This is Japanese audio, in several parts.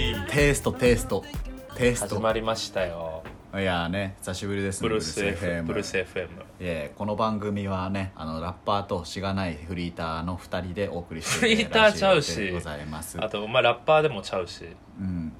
トテイストテイス始トまりましたよいやーね久しぶりですねブルース FM ブルー FM ス FM いえこの番組はねあのラッパーとしがないフリーターの2人でお送りしているフリーターちゃうしラジオでございますあとお前ラッパーでもちゃうしうん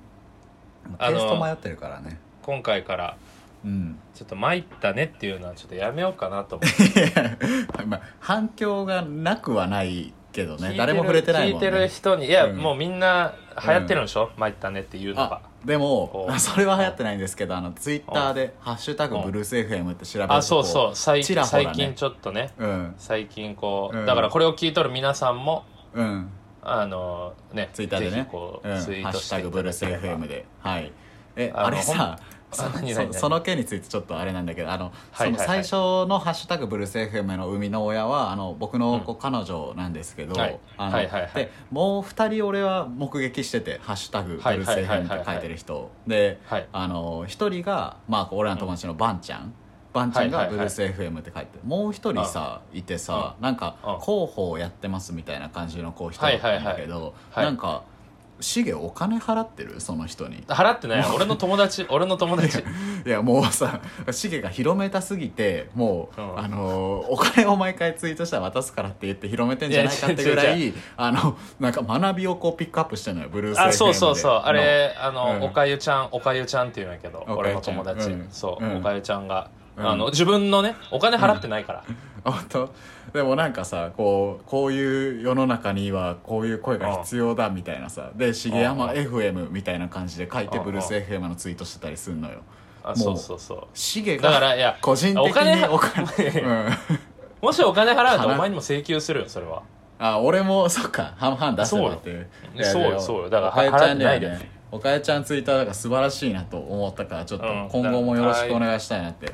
あテのイスト迷ってるからね今回からうん ちょっと参ったねっていうのはちょっとやめようかなと思ってまあ反響がなくはないけど聞いてねる誰も触れてない聞もいんてるね人にいや、うんもうみんな流行ってるんでしょ、参ったねっていうのがあでもおう それは流行ってないんですけどあのツイッターで「ハッシュタグブルース FM」って調べるとあそうそう最ち近、らほらね最近ちょっとねうん最近こう、うんだからこれを聞いとる皆さんもうんあのねツイッターぜでひね「こう、うんツイハーットシしュていただけタグブれルばース FM」ではいえあのあれさほんそあ何そ何その件についてちょっとあれなんだけどあの、はいはいはいその最初の「ハッシュタグブルース FM」の生みの親はあの僕のこう彼女なんですけど、はいあのはいはいはいでもう2人俺は目撃してて「ハッシュタグブルース FM」って書いてる人ではいあの一人が、まあ、俺らの友達のバンちゃん、バンちゃんが「ブルース FM」って書いてもう一人さいてさ、なんかうん広報やってますみたいな感じのこう人だったんだけど、はいなんか「シゲお金払ってるその 人に」払ってない俺の友達俺の友達いやもうさシゲが広めたすぎてもう、うんあのお金を毎回ツイートしたら渡すからって言って広めてんじゃないかってぐらいや違いあのなんか学びをこうピックアップしてるのよブルース FM あでそうそうそうあれあの、うんおかゆちゃんおかゆちゃんっていうんやけどおか俺ゆのちゃん友達、うんそう、うんおかゆちゃんが、うんあの自分のねお金払ってないから、 本当でもなんかさこうこういう世の中にはこういう声が必要だみたいなさで「茂あ山あ FM」みたいな感じで書いてああブルース FM のツイートしてたりすんのよあもうそうそうそう茂だからがいや個人的におお金金うん もしお金払うと払うお前にも請求するよそれはあ俺もそっか半々出せばっていうそうよそうよそうよだからおかえちゃんには払ってないでねおかえちゃんツイッターが素晴らしいなと思ったからちょっとうん今後もよろしくお願いしたいなって、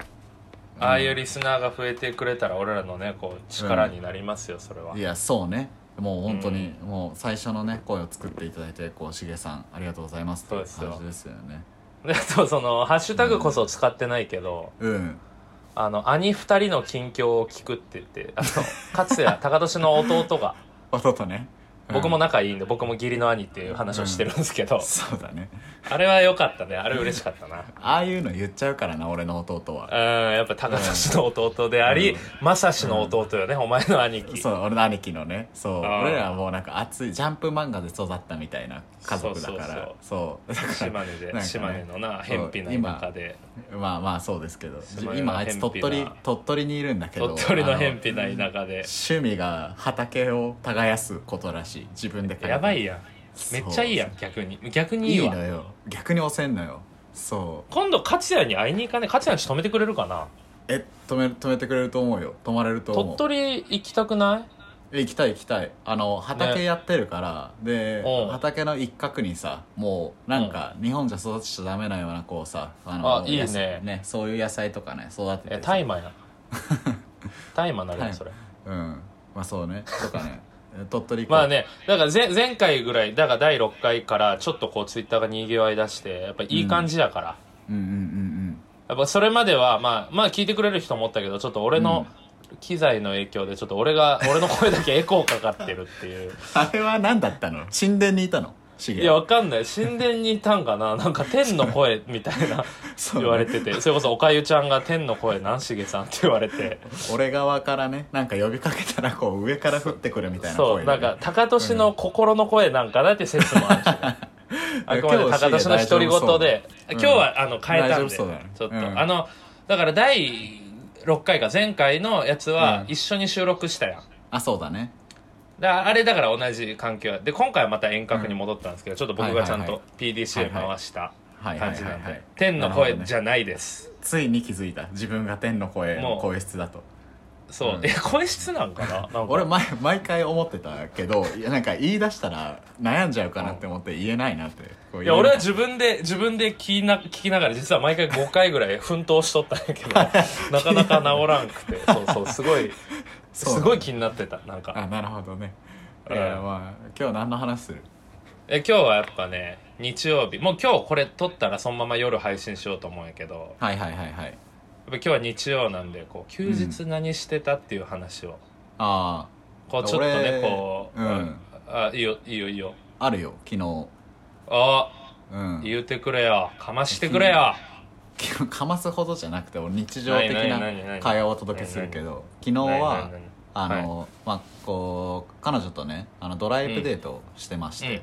ああいうリスナーが増えてくれたら俺らのねこう力になりますよそれは、いやそうねもう本当に、もう最初のね声を作っていただいてこうしげさんありがとうございますってそう感ですよじですよねであとそのハッシュタグこそ使ってないけど、うんあの兄二人の近況を聞くって言ってあのかつては高年の弟が弟ね、うん僕も仲いいんで僕も義理の兄っていう話をしてるんですけど、そうだねあれは良かったねあれ嬉しかった なああいうの言っちゃうからな俺の弟はうんやっぱ高年の弟であり、うん正志の弟よね、お前の兄貴そう俺の兄貴のねそうあー俺らはもうなんか熱いジャンプ漫画で育ったみたいな家族だからそう 島根で、なんかね島根のな偏僻そうな今田舎でまあまあそうですけどすごい今あい偏つ鳥僻な取鳥取にいるんだけど鳥取の偏あ僻な田舎で趣味が畑を耕すことらしい自分で書いてやばいやんそうめっちゃいいやん逆に逆にいいいいわのよ逆に押せんのよそう今度勝也に会いに行かね勝也に止めてくれるかなえ止め止めてくれると思うよ止まれると思鳥う取行きたくないえ行きたい行きたいあの畑やってるから、おでう畑の一角にさもうなんか日本じゃ育てちゃダメなようなこうさああいいね野菜ねそういう野菜とかね育ててえさ大麻 や大麻なるはいよそれうんまあそうねと かねえ鳥取行こうまあねだから前前回ぐらいだから第6回からちょっとこうツイッターがにぎわい出してやっぱいい感じだから、うんうんうんやっぱそれまではまあまあ聞いてくれる人もおったけどちょっと俺の機材の影響でちょっと俺が俺の声だけ エコーかかってるっていううんあれは何だったの神殿にいたのシゲいやわかんない神殿にいたんかななんか天の声みたいなそうね言われててそれこそおかゆちゃんが天の声なんしげさんって言われて俺側からねなんか呼びかけたらこう上から降ってくるみたいなそ声うでなんか高年の心の声なんかなって説もあるし、あくまで高年の独り言で今日シゲ大丈夫そう今日はあの変えたん大丈夫で、そうだねちょっと、うんあのだから第6回か前回のやつはうん一緒に収録したやん、あそうだねだあれだから同じ環境やで今回はまた遠隔に戻ったんですけど、ちょっと僕がちゃんはいと PDCA 回したはいはい感はじい、なんはでい、天のなる声ほどねじゃないですついに気づいた自分が天の声ものう声質だとそう、うんえ声質なんかななんか俺毎毎回思ってたけどいやなんか言い出したら悩んじゃうかなって思って言えないなってこういや言え俺なは自分で自分で聞きな聞きながら実は毎回5回ぐらい奮闘しとったんやけど なかなか治らんくてそうそうすごいそうすごい気になってたなんかあなるほどねうんいやまあ今日何の話するえ今日はやっぱね日曜日もう今日これ撮ったらそのまま夜配信しようと思うんやけどはいはいはいはいやっぱ今日は日曜なんでこう休日何してたっていう話を、あこうちょっとね俺こう、うんあいいよいいよいいよああるよ昨日あうん言うてくれよかましてくれよかますほどじゃなくて俺日常的何何な何会話をお届けするけど昨日何は何何あの、まあこう彼女とねあのドライブデートをしてまして、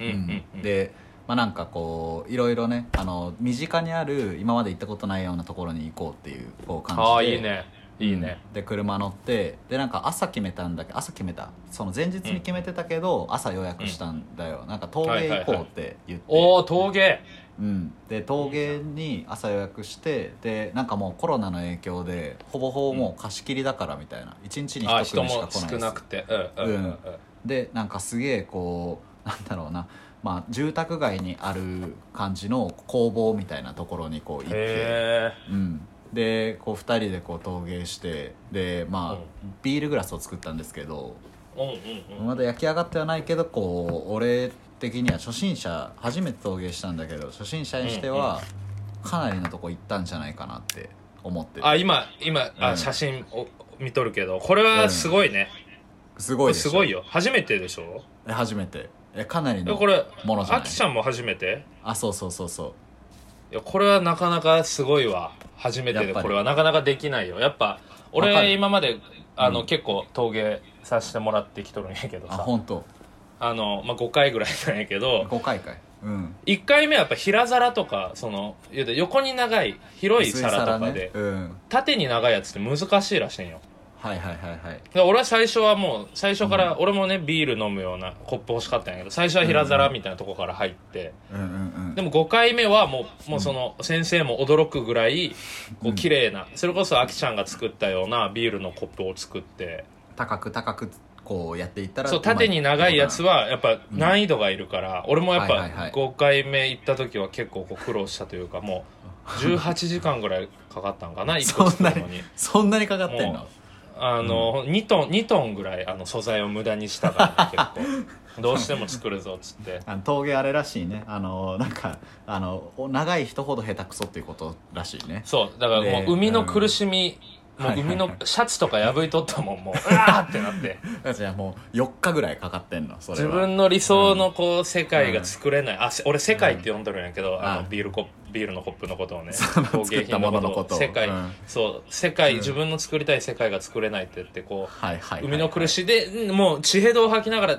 うんうんううんんで、まあ、なんかこういろいろねあの身近にある今まで行ったことないようなところに行こうっていうこう感じでああいいねいいね、うんで車乗ってでなんか朝決めたんだけど朝決めたその前日に決めてたけど、朝予約したんだよなんか陶芸行こうって言って、おお陶芸うん、で陶芸に朝予約してでなんかもうコロナの影響でほぼほぼもう貸し切りだからみたいな一日にあ一人組しかも来ない少ですなくてうんうんうんうんでなんかすげえこうなんだろうな、まあ、住宅街にある感じの工房みたいなところにこう行って、へうん、でこう2人でこう陶芸してでまあ、うんビールグラスを作ったんですけどえうんうんうんまだ焼き上がってはないけどこう俺的には初心者初めて陶芸したんだけど初心者にしてはかなりのとこ行ったんじゃないかなって思ってるあ今今うんあ写真を見とるけどこれはすごいねすごいでしすょごいよ初めてでしょえ初めてえかなりえのこれものじゃあないきちゃんも初めてあそうそうそうそういやこれはなかなかすごいわ初めてやでっぱりこれはなかなかできないよやっぱわかる俺今まであの、うん結構陶芸させてもらってきとるんやけどあさ本当あの、まあ、5回ぐらいなんやけど5回かいうん1回目はやっぱ平皿とかその言うて横に長い広い皿とかで、薄い皿ねうん縦に長いやつって難しいらしいんよはいはいはいはいで俺は最初はもう最初から、俺もねビール飲むようなコップ欲しかったんやけど最初は平皿みたいなとこから入って、うんうんでも5回目はもうもうその先生も驚くぐらいこうんう綺麗な、それこそあきちゃんが作ったようなビールのコップを作って高く高くこうやっていったらそう縦に長いやつははやっぱ難易度がいるから、俺もやっはいはいはぱい5回目行った時は結構こう苦労したというかもう 18時間ぐらいかかったんかな1個作るのに。そんなにかかってんものあの、2トン2トンぐらいあの素材を無駄にしたから、ね、結構 どうしても作るぞっつってあの陶芸あれらしいねあのなんかあのお長い人ほど下手くそっていうことらしいねそうだからねもう海の苦しみ、うんもう海のシャツとか破いとったもん もううわーってなってじゃあもう4日ぐらいかかってんのそれ自は分の理想のこう世界が作れない、あせ俺世界って呼んどるんやけど、ああのビールコップビールのコップのことをね そう作ったもののことを世界、うんそう世界、うん自分の作りたい世界が作れないって言ってこうはいはいはい海の苦しで、うんもう地平道を吐きながら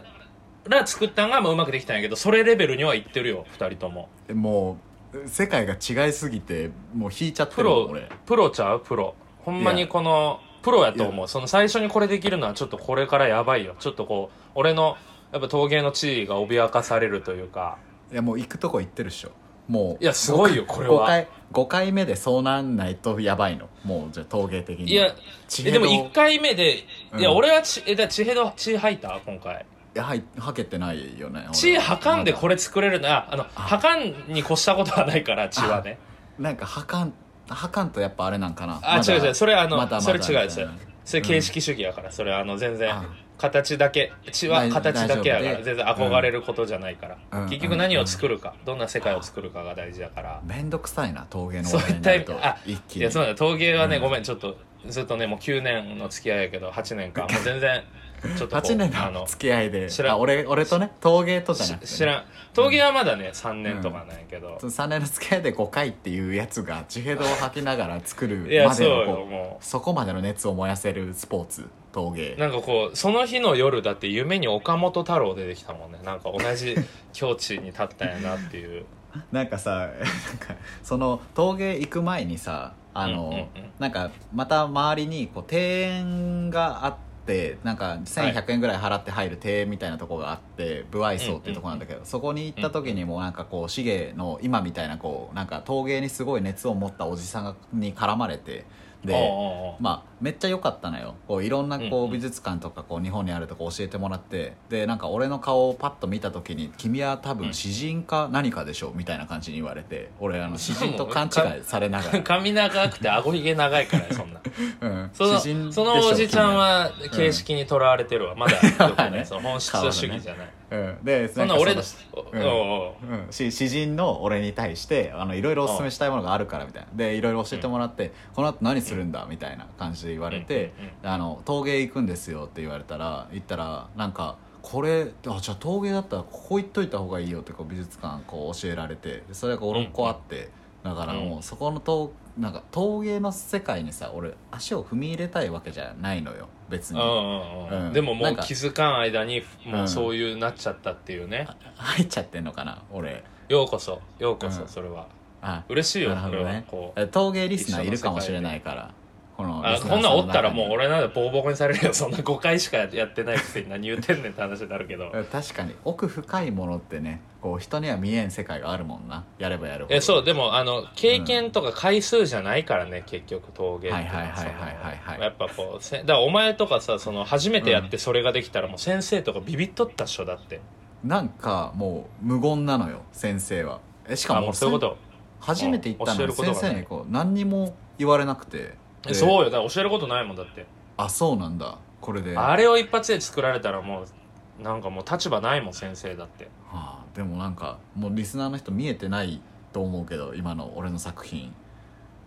ら作ったんがまあうまくできたんやけどそれレベルにはいってるよ2人とももう世界が違いすぎてもう引いちゃってプるもんロ俺プロちゃうプロほんまいにやこのプロやとい思うその最初にこれできるのはちょっとこれからやばいよちょっとこう俺のやっぱ陶芸の地位が脅かされるというかいやもう行くとこ行ってるっしょもういやすごいよこれは5回5回目でそうなんないとやばいのもうじゃあ陶芸的にいや地え平で道もい1回目で、いやうん俺はちえだ地平道血吐いた今回やはいはけてないよね俺は血吐かんでこれ作れるなあの吐かんに越したことはないから血はねなんかはかんはかんとやっぱあれなんかなあ、まだ違う違う、それあの、まだまだそれ違うですみたいな。それ形式主義やから、それあの全然あ、形だけ、血は大形だけやから、大丈夫で全然憧れることじゃないからうん、結局何を作るか、どんな世界を作るかが大事だから、めんどくさいな陶芸のそう話題いっにた意味なると、あ、一気いにや、そうだ、陶芸はね、うんごめん、ちょっと、ずっとね、もう9年の付き合いやけど、8年 間、もう全然、ちょっとこう、 8年あのの、付き合いで知らんあ俺俺とね陶芸とじゃなくて、ね、知らん、陶芸はまだね、3年とかなんやけど、その3年の付き合いで5回っていうやつが地平道を吐きながら作るいや、まそでうのよ、こうもう。そこまでの熱を燃やせるスポーツ陶芸なんかこうその日の夜だって夢に岡本太郎出てきたもんねなんか同じ境地に立ったんやなっていうなんかさなんかその陶芸行く前にさ あの、うんうんうんなんかまた周りにこう庭園があってなんか1100円ぐらい払って入る庭園みたいなとこがあって無愛想っていうとこなんだけど、そこに行った時にもなんかこうシゲの今みたいなこうなんか陶芸にすごい熱を持ったおじさんがに絡まれてで。おうおうおうまあ、めっちゃ良かったのよこういろんなこうんううん美術館とかこう日本にあるとこ教えてもらってでなんか俺の顔をパッと見た時に「君は多う分ん詩人か何かでしょう」みたいな感じに言われて俺あの詩人と勘違いされなが ら髪長くて顎ひげ長いからねそんなうんそ の詩人でしそょのおじちゃんは形式にとらわれてるわまだ よくねその本質主義じゃない、君はうんでそんな俺のだうんおおうおううん、し詩人の俺に対してあのいろいろおすすめしたいものがあるからみたいなでいろいろ教えてもらって、この後何するんだみたいな感じで言われて、うんうんあの陶芸行くんですよって言われたら行ったらなんかこれあじゃあ陶芸だったらここ行っといた方がいいよってこう美術館こう教えられてでそれが56個あって、だからもうそこの陶なんか陶芸の世界にさ俺足を踏み入れたいわけじゃないのよ別うんに、うんう、うんんでももなうんか気づかん間にもううんそういうなっちゃったっていうね、入っちゃってんのかな俺ようこそようこそうんそれは、あ嬉しいよなるほこれどはねこうえ陶芸リスナーいるかもしれないからこのあリスナーこんなんおったらさんもの中うに俺なんてボコボコにされるよそん な5回しかやってないくせに何言ってんねんって話になるけど確かに奥深いものってねこう人には見えん世界があるもんなやればやるほどえそうでもあの経験とか回数じゃないからね、結局陶芸ってはいのはいはいそはのいはいはやいっぱこうせだからお前とかさその初めてやってそれができたらもう先生とかビビっとったっしょだってなんかもう無言なのよ先生はえしかあももうそういうこと初めて行った教えるのにことが先ない生にこう何にも言われなくてえそううよだから教えることないもんだってあそうなんだこれであれを一発で作られたらもうなんかもう立場ないもん先生だってはあ、でもなんかもうリスナーの人見えてないと思うけど今の俺の作品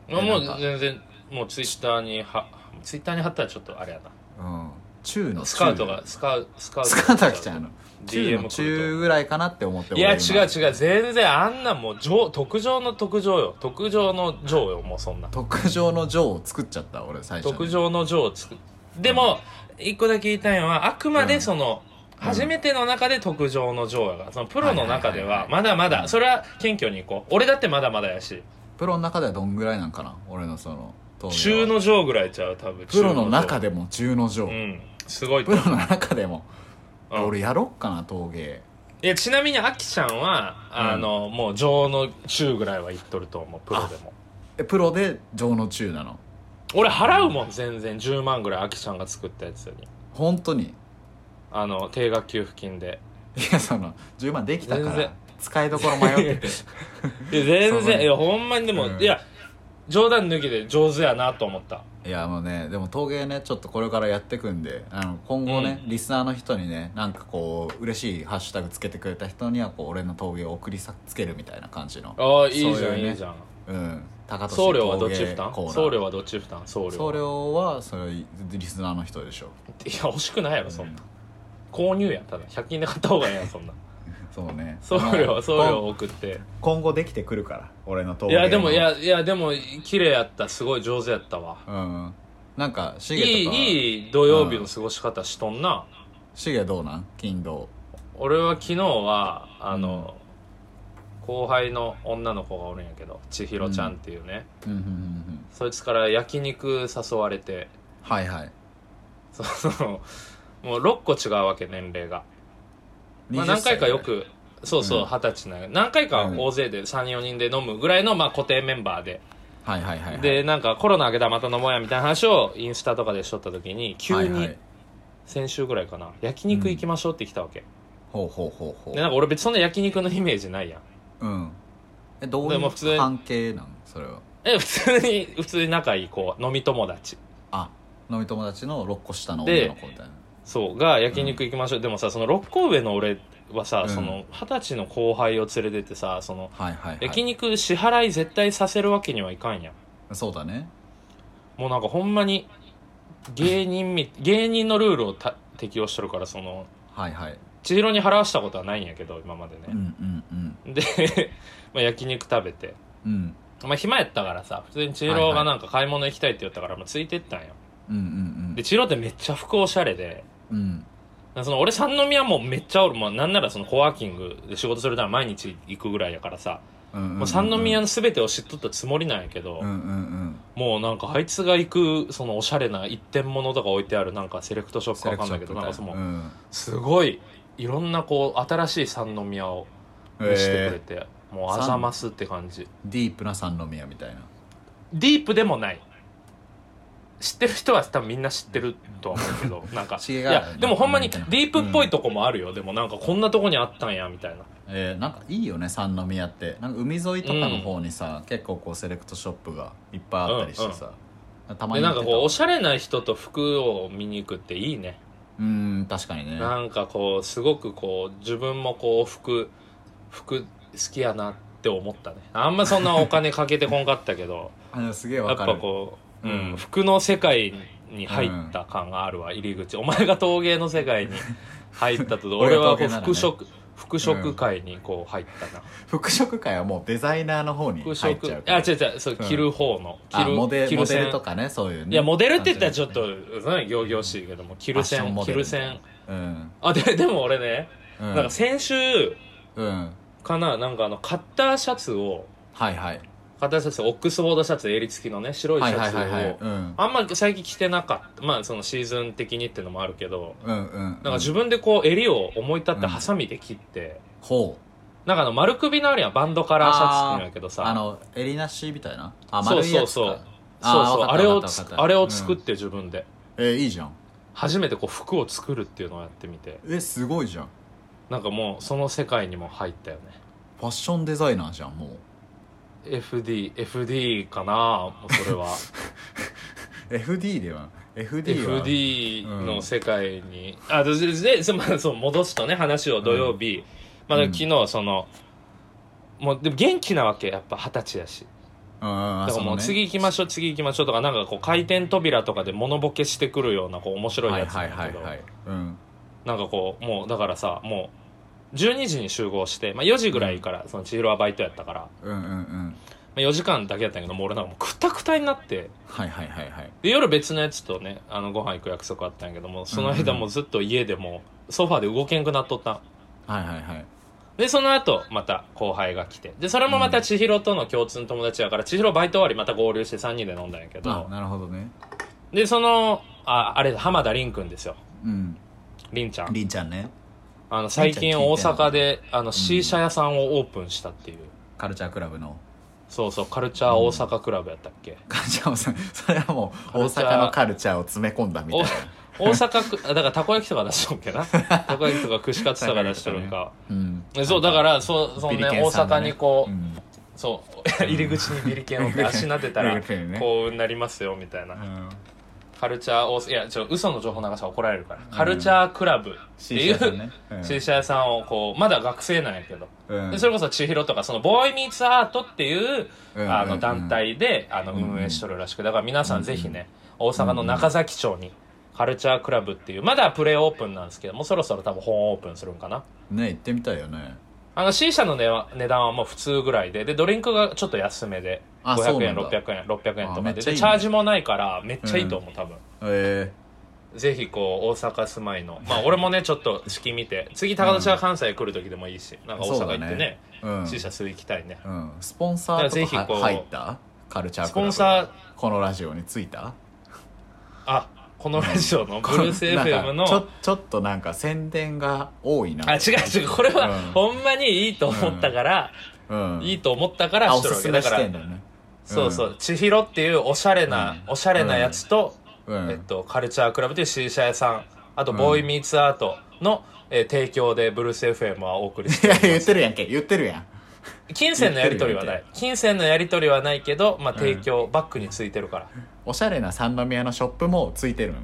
えもうなんか全然もうツイッターにはツイッターに貼ったらちょっとあれやうん中のな中スカウトがスカウスカウトスカウトが来ちゃうの中 DM の来中るぐらいかなって思ってと俺いや違今う違う全然あんなもう上特上の特上よ特上の上よもうそんな特上の上を作っちゃった俺最初に特上の上を作っでも一個だけ言いたいのはあくまでその、うん初めての中で特上の上やがそのプロの中ではいはいはいははいまだまうだんそれは謙虚にいこう俺だってまだまだやしプロの中ではどんぐらいなんかな俺のその陶芸中はの上ぐらいちゃう多分プロの中ででも中の上、うんすごいとプロ思うの中でも、うん俺やろっかな陶芸いやちなみにあきちゃんはあの、もう上の中ぐらいはいっとると思うプロでもえプロで上の中なの俺払うもん全然10万ぐらいあきちゃんが作ったやつに本当にあの定額給付金でいやその10万できたか全然ら使いどころ迷っていや全 そう然ねいやほんまにでも、うんいや冗談抜きで上手やなと思ったいやもうねでも陶芸ねちょっとこれからやってくんであの今後ね、リスナーの人にねなんかこう嬉しいハッシュタグつけてくれた人にはこう俺の陶芸を送りさつけるみたいな感じのああいいじそうゃん、よねいいじゃんうん高俊陶送芸料はどっち負担コーナー送料はどっち負担送料送料はそれリスナーの人でしょいや欲しくないやろそんな、購入やただ100均で買った方がいいやん そんなそうね送料は送料を送って今後できてくるから俺の陶い芸やでもいやいやでも綺麗やったすごい上手やったわうんなんかシいゲとかいいい土曜日の過ごし方しとんな、シゲどうなん金土俺は昨日はあの、後輩の女の子がおるんやけど千尋ちゃんっていうね、うんうんうんうんそいつから焼肉誘われて はいはいそのもう6個違うわけ年齢が、まあ、 20何回かよ歳くそうそううん二十歳な、何回かうん大勢で34人で飲むぐらいの、まあ、固定メンバーで、はいはいはいはいでなんかコロナ明けたらまた飲もうやみたいな話をインスタとかでしとった時に急はいはにい先週ぐらいかな焼肉行きましょうって来たわけ、ほうほうほうほでなんか俺別にそんな焼肉のイメージないやんううんえどうでいもう普通に関係なんそれはえ普通に普通に仲いい子飲み友達あ飲み友達の6個下の女の子みたいなそうが焼肉行きましょう、でもさその6個上の俺はさうんその二十、歳の後輩を連れてってさそのはいはいは焼い肉支払い絶対させるわけにはいかんやんそうだねもうなんかほんまに芸人 み芸人のルールをた適用してるからそのはいはい千尋に払わしたことはないんやけど今までうんね、うんで、 まあ、焼肉食べてうんうんまあ暇やったからさ普通に千尋がなんか買い物行きたいって言ったから、まあ、ついてったんようんで千尋ってめっちゃ服おしゃれでうんうんその俺三宮もめっちゃおる、まあ、なんならそのコワーキングで仕事するなら毎日行くぐらいやからさ、うんもう三宮の全てを知っとったつもりなんやけど、うんうんうんもうなんかあいつが行くそのおしゃれな一点物とか置いてあるなんかセレクトショップかわかんないけどなんかその、うんすごいいろんなこう新しい三宮を見せてくれえーて、もうあざますって感じディープな三宮みたいなディープでもない知ってる人は多分みんな知ってるとは思うけ どなんかい違うやでもほんまにデなんかィープっぽいとこもあるよ、でもなんかこんなとこにあったんやみたいなえー、なんかいいよね三宮ってなんか海沿いとかの方にさ、結構こうセレクトショップがいっぱいあったりしてさ、たまでにな行んってかたこうおしゃれな人と服を見に行くっていいね、うーん確かにねなんかこうすごくこう自分もこう服服好きやなって思ったねあんまそんなお金かけてこんかったけどあのすげえやわっかぱるこう、う、うんん服の世界に入った感があるわ入り口お前が陶芸の世界に入ったと 俺俺がは東こ京うならね服飾、服飾会にこう入ったな、服飾会はもうデザイナーの方に服入っちゃ飾うからあ違う違うそううん着る方の、着あるモデ着モるデ線ルとかねそういうねいやモデルって言ったらちょっと感うん行々しいけども着るファッション線モ着デルる線じだよねあででも俺ね、うんうんなんか先週うんかななんかあのカッターシャツをはいはいカッターシャツオックスフォードシャツ襟付きのね白いシはいはャいツはいはいをうんあんまり最近着てなかったまあそのシーズン的にってのもあるけどうんうんなんなんか自分でこう襟を思い立ってハサミで切って、ほうなんかあの丸首のあるやんバンドカラーシャツっていうんやけどさあの襟なしみたいなあそう丸いそやうつそうかそうそうあーわかったあれをわかったつわかったあれを作っうんて自分で、えいいじゃん初めてこう服を作るっていうのをやってみてえすごいじゃんなんかもうその世界にも入ったよファッションデザイナーじゃんもうね FDFD かなもうそれは FD では FD は FD うんの世界に、あででで、まあ、そう戻すとね話を土曜日、まあ、うん昨日その、もうでも元気なわけやっぱ二十歳だしうんだからもう次行きましょう次行きましょうとかなんかこう回転扉とかでモノボケしてくるようなこう面白いはいやつなはんいだはけいどはいうんなんかこうもうだからさもう12時に集合して、まあ、4時ぐらいからその千尋はバイトやったから、まうんうんうんあ、4時間だけやったんやけどもう俺なんかもうくたくたになってはいはいはいはいで夜別のやつとねあのご飯行く約束あったんやけどもその間もうずっと家でもうソファーで動けんくなっとったんはいはいはいでその後また後輩が来てでそれもまた千尋との共通の友達やから千尋バイト終わりまた合流して3人で飲んだんやけど、あなるほどねでそのああれ浜田凛くんですようん凛ちゃんりんちゃんねあの最近大阪であのん C 社屋さんをオープンしたっていう、カルチャークラブのそうそうカルチャー大阪クラブやったっけ、カルチャーもそ それはもうカ大ルチャー阪のカルチャーを詰め込んだみたいな大阪区あだからたこ焼きとか出しとるんけな たこ焼きとか串カツとか出しとるんか、うんでそうだからそうそのビねリケ大ンさんが阪ねにこう、うんそう 入り口にビリケンを置いて足撫でたら幸運になりますよみたいな、うんカルチャー大阪いやちょ嘘の情報流したら怒られるから、カルチャークラブってい C 社さんうねうん C 社屋さんをこうまだ学生なんやけどうんでそれこそ千尋とかそのボーイミーツアートっていう、うんあの団体であのうん運営しとるらしくだから皆さんぜひね、大阪の中崎町にカルチャークラブっていうまだプレイオープンなんですけどもうそろそろ多分本オープンするんかなね行ってみたいよねあの C 社の値は値段はもう普通ぐらいででドリンクがちょっと安めであそう500な円んだ600円600円とあかめっでちゃいいでねチャージもないからめっちゃいいと思う、多分えぜひこう大阪住まいのまあ俺もねちょっと式見て次高田ちゃん関西来る時でもいいし、なんか大阪行ってねえうん C 社する行きたいねうんスポンサーだとからぜひかこうは入ったカルチャースクラポブンサーこのラジオについたあこのラジオのブルース FM なんかちょのちょっとなんか宣伝が多いなあ違う違うこれはうんほんまにいいと思ったから、うんいいと思ったからあしおとるわすすけめだかしら、てんだよねそうそう千尋っていうおしゃれな、うんおしゃれなやつと、うんえっと、カルチャークラブという C 社屋さんあとボーイミーツアートの、えー提供でブルース FM はお送りしいておやります言ってるやんけ言ってるやん金銭のやり取りはな言っい金銭のやり取りはないけど、まあ、提供、バックについてるからおしゃれな三宮のショップもついてるん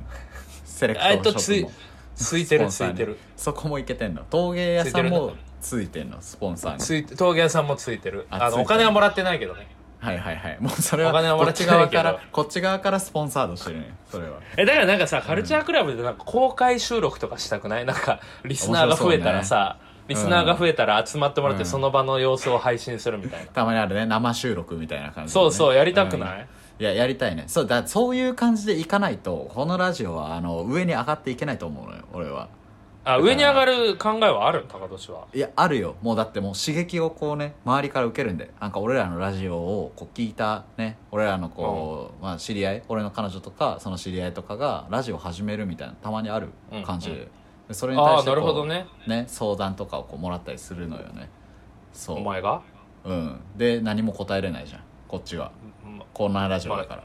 セレクトえっとのつショいップもついてスポるンつサーいにてるそこもいけてんの陶芸屋さんもついてるついてんのスポンサーについ陶芸屋さんもついてるああついのてるお金はもらってないけどねはいはいはいもうそれお金ははもこらっってちない側けどからこっち側からスポンサードしてるねそれはえだからなんかさカルチャークラブでなんか公開収録とかしたくないなんかリスナーが面白そう増ねえたらさ、リスナーが増えたら集まってもらってうんその場の様子を配信するみたいな、たまにあるね生収録みたいな感じでね、そうそうやりたくうんない、いややりたいねそうだそういう感じでいかないとこのラジオはあの上に上がっていけないと思うのよ俺はあ上に上がる考えはある高年はいやあるよもうだってもう刺激をこうね周りから受けるんでなんか俺らのラジオをこう聞いたね俺らのこう、まあ、知り合い俺の彼女とかその知り合いとかがラジオ始めるみたいなたまにある感じで,、うんうでそれに対ああしてなこるうほどねね相談とかをこうもらったりするのよねそおう、前が、うん、で何も答えれないじゃんこっちはまこんなラジオだから、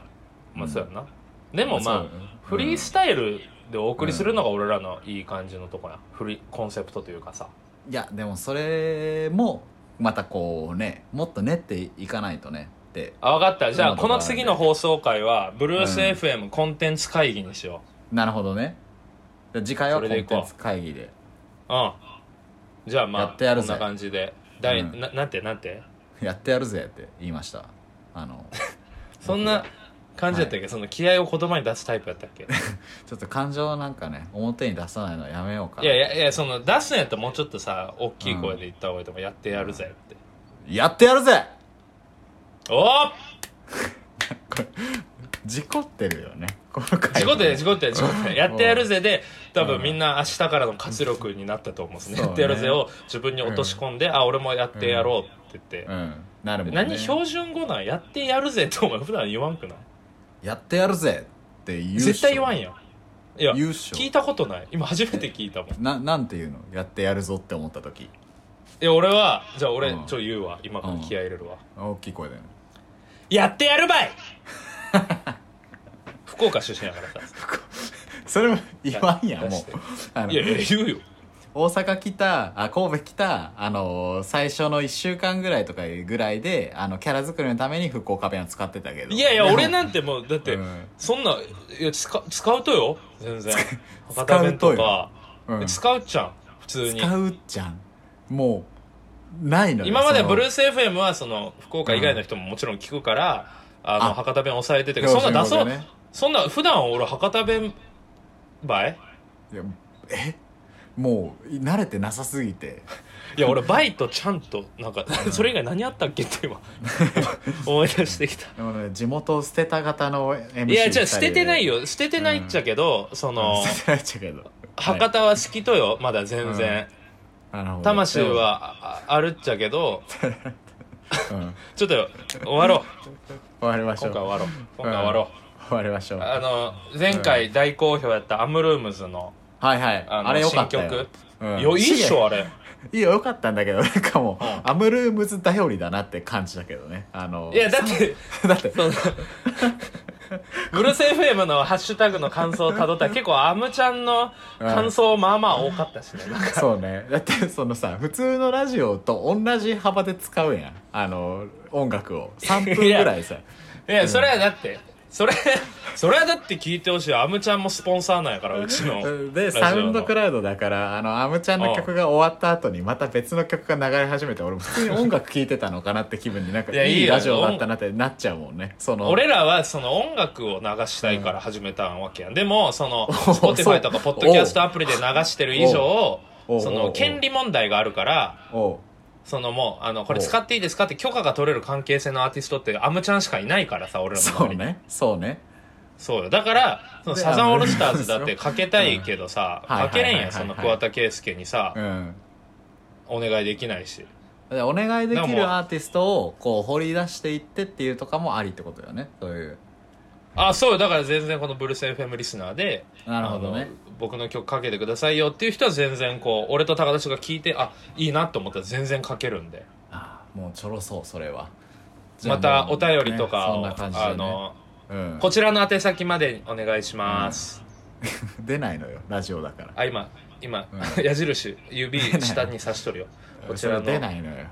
まあそうやな、でもそうまあ、フリースタイルでお送りするのが俺らのいい感じのとこや、フリーコンセプトというかさいやでもそれもまたこうねもっと練っていかないとねってあ分かったじゃそあうだこの次の放送回はブルースうん FM コンテンツ会議にしよなるほどねじゃあ次回はそコれンでテいこうンツ会議でううんじゃあまあやってやるぜこんな感じで第、うん ななんてなんて やってやるぜって言いましたあのそんな感じだったっけ、その気合を言葉に出すタイプやったっけちょっと感情なんかね表に出さないのはやめようかいやいやいやその出すのやったらもうちょっとさ大きい声で言った方がいいと思うやってやるぜって、やってやるぜおお事故ってるよねこの回事故って事故って事故ってやってやるぜで多分みんな明日からの活力になったと思うんですねそうねやってやるぜを自分に落とし込んで、あ俺もやってやろうって言ってう、んなるもんね何標準語なんやってやるぜってお前普段言わんくないやってやるぜって言うっしょ絶対言わんやんいや言うっしょ聞いたことない今初めて聞いたもんいななんていうのやってやるぞって思った時や俺はじゃあ俺うちょんっと言うわ今から気合い入れるわ、大きい声だよねやってやるば い福岡出身やからさそれも言わんやん出もうしてあのいやいや言うよ大阪来たあ神戸来たあのー最初の1週間ぐらいとかぐらいであのキャラ作りのために復興カペンを使ってたけどいやいや俺っなんてもうだって、うんそんないや使使うとよ全然使博う多弁とかうん使うじゃん普通に使うじゃんもうないのよ今までそのブルース FM はその福岡以外の人ももちろん聞くから、あのあ博多弁抑えてて標そん準な語出そう、でねそんな普段俺博多弁ばいいやえもう慣れてなさすぎていや俺バイとちゃんとなんかそれ以外何あったっけって今 思い出してきたでもね地元捨てた型の MC いやじゃあ捨ててないよよ捨ててないっちゃけど、その捨ててないっちゃけど博多は好きとよまだ全然、多魂はああるっちゃけどうんちょっと終わろう終わりま しょ今う回終終わろう今回終わろう、わりましょうあの前回大好評やったアムルームズのはいはいあのあれよかった新よ曲、うんよいいっしょあれいいよよかったんだけどなんかもう、うんアムルームズ頼りだなって感じだけどねあのいやだって だってそのブルース FM のハッシュタグの感想をたどったら結構アムちゃんの感想まあまあ多かったしねなんかそうねだってそのさ普通のラジオと同じ幅で使うやんあの音楽を3分ぐらいさいやそれはだってそれそれはだって聞いてほしいアムちゃんもスポンサーなんやからうちのでラジオのサウンドクラウドだからあのアムちゃんの曲が終わった後にまた別の曲が流れ始めて俺も普通に音楽聴いてたのかなって気分になんかいやいいいいよラジオだったなってなっちゃうもんねその俺らはその音楽を流したいから始めたわけやん。でも、その、そう Spotify とか Podcast アプリで流してる以上おうおうおうお、うその、権利問題があるから、おうそのもう、あの、これ使っていいですかって許可が取れる関係性のアーティストってアムちゃんしかいないからさ、俺らのそ周うりに。ねそうねそうよ。だから、そのでサザンオールスターズだっあてのかけたいけどさ、うんはいかけれんやん、はいはそいはいの桑田佳祐にさう、んお願いできないし。だからお願いでできもるアーティストをこう掘り出していってっていうとかもありってことだよねそういうあ、そうよ。だから全然このブルース FM リスナーで、なるほどあねの僕の曲かけてくださいよっていう人は全然こう俺と高田氏が聞いてあいいなと思ったら全然かけるんでああもうちょろそうそれはじゃあまたもおう便りとかを、ねそんな感じで、ね、あのうん、こちらの宛先までお願いします、出ないのよラジオだからあ今今、う矢印指下に刺しとるよこちらそれ出のないのよ、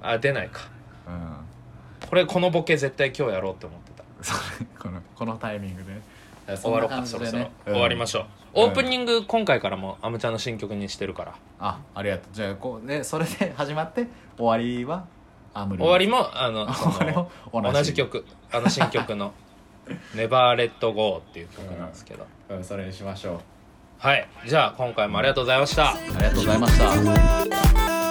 あ出ないかうん、これこのボケ絶対今日やろうって思ってたそれこのこのタイミングでね終わろうかそろそろ、終わりまししょううオんープニング今回からもあむちゃんの新曲にしてるからたあありがとうじゃあこうねそれで始まって終わりはアムル終わりもあ のその終わりも同じ同じ曲あの新曲 の「Never Let Go」っていう曲なんですけど、うんそれにしましょうはいじゃあ今回もありがとうございました、ありがとうございました